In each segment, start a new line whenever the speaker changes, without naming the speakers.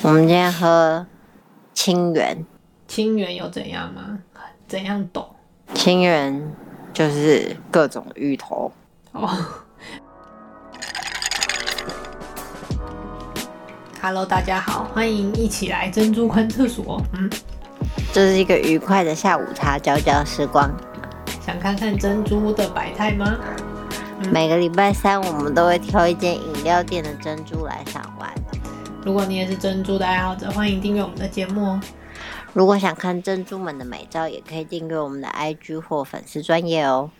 我们今天喝清源，
清源有怎样吗？怎样懂？
清源就是各种芋头。
哦。Hello，大家好，欢迎一起来珍珠观厕所。嗯，
这是一个愉快的下午茶，交交时光。
想看看珍珠的百态吗？嗯
每个礼拜三，我们都会挑一间饮料店的珍珠来赏玩。
如果你也是珍珠的爱好者，欢迎订阅我们的节目哦。
如果想看珍珠们的美照，也可以订阅我们的 IG 或粉丝专业哦。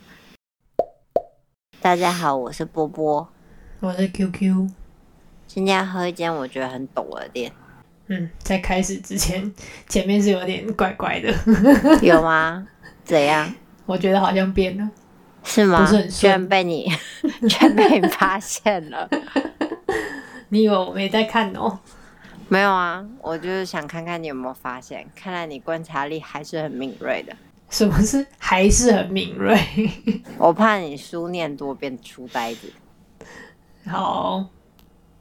大家好，我是波波，
我是 QQ。
今天要喝一间我觉得很抖的 店，
嗯，在开始之前，前面是有点怪怪的，
有吗？怎样？
我觉得好像变了。
是吗？
不是很顺
居然被你， 居然被你发现了。
你以为我没在看哦？
没有啊，我就是想看看你有没有发现。看来你观察力还是很敏锐的。
什么是还是很敏锐？
我怕你书念多变书呆子。
好，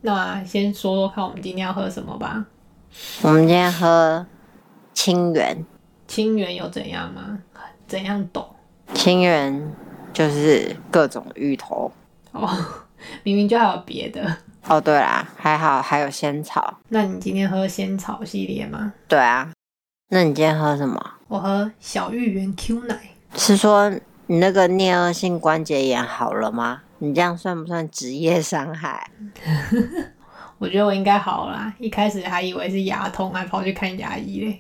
那先说说看我们今天要喝什么吧。
我们今天喝清源，
清源有怎样吗？怎样懂？
清源就是各种芋头。
哦， 明明就还有别的。
哦，对啦，还好还有仙草。
那你今天喝仙草系列吗？
对啊，那你今天喝什么？
我喝小芋圆 Q 奶，
是说你那个颞颌性关节炎好了吗？你这样算不算职业伤害？
我觉得我应该好啦。一开始还以为是牙痛，还跑去看牙医嘞。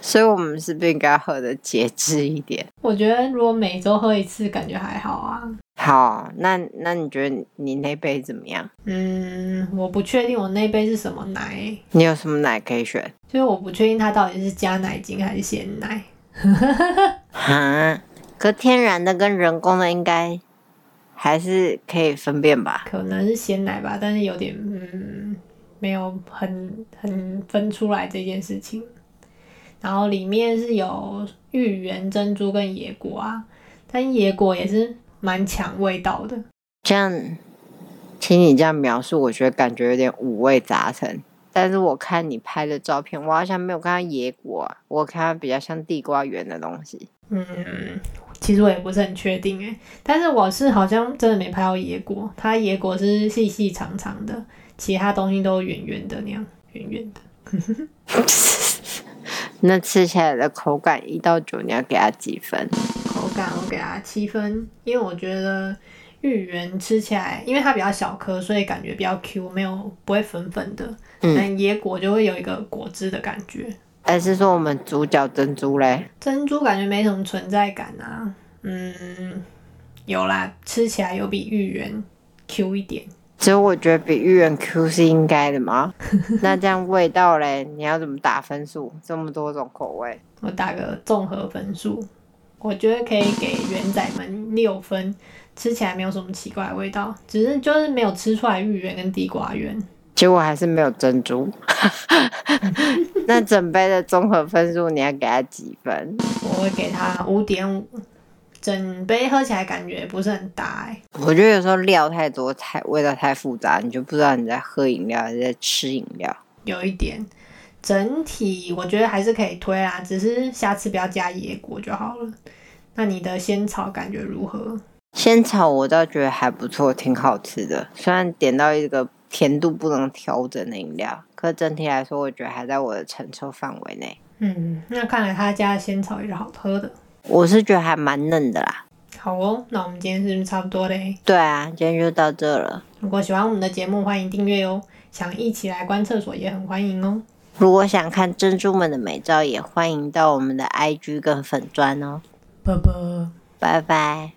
所以我们是不是应该喝的节制一点？
我觉得如果每周喝一次，感觉还好啊。
好，那那你觉得你那杯怎么样？
嗯，我不确定我那杯是什么奶，
你有什么奶可以选？
就是我不确定它到底是加奶精还是鲜奶。
哈，可天然的跟人工的应该还是可以分辨吧？
可能是鲜奶吧，但是有点嗯，没有很很分出来这件事情。然后里面是有芋圆、珍珠跟野果啊，但野果也是蛮抢味道的。
这样，听你这样描述，我觉得感觉有点五味杂陈。但是我看你拍的照片，我好像没有看到野果、啊，我看到比较像地瓜圆的东西。
嗯，其实我也不是很确定诶，但是我是好像真的没拍到野果，它野果是细细长长的，其他东西都圆圆的那样，圆圆的。
那吃起来的口感一到九，你要给它几分？
口感我给它七分，因为我觉得芋圆吃起来，因为它比较小颗，所以感觉比较 Q，没有不会粉粉的。
嗯
但野果就会有一个果汁的感觉，
还是说我们主角珍珠嘞？
珍珠感觉没什么存在感啊。嗯，有啦，吃起来有比芋圆 Q 一点。
其实我觉得比芋圆 Q 是应该的嘛。 那这样味道嘞，你要怎么打分数？这么多种口味，
我打个综合分数，我觉得可以给圆仔们六分，吃起来没有什么奇怪的味道，只是就是没有吃出来芋圆跟地瓜圆。
结果还是没有珍珠。 那整杯的综合分数你要给它几分？
我会给它五点五。整杯喝起来感觉不是很搭哎、
我觉得有时候料太多，太味道太复杂，你就不知道你在喝饮料还是在吃饮料。
有一点。整体我觉得还是可以推啦，只是下次不要加野果就好了。那你的仙草感觉如何？
仙草我倒觉得还不错，挺好吃的。虽然点到一个甜度不能调整的饮料，可整体来说，我觉得还在我的承受范围内。
嗯，那看来他家的仙草也是好喝的。
我是觉得还蛮嫩的啦。
好哦，那我们今天是不是差不多嘞？
对啊，今天就到这了。
如果喜欢我们的节目，欢迎订阅哟。想一起来观厕所也很欢迎哦。
如果想看珍珠们的美照，也欢迎到我们的 IG 跟粉砖哦。
拜拜。
拜拜。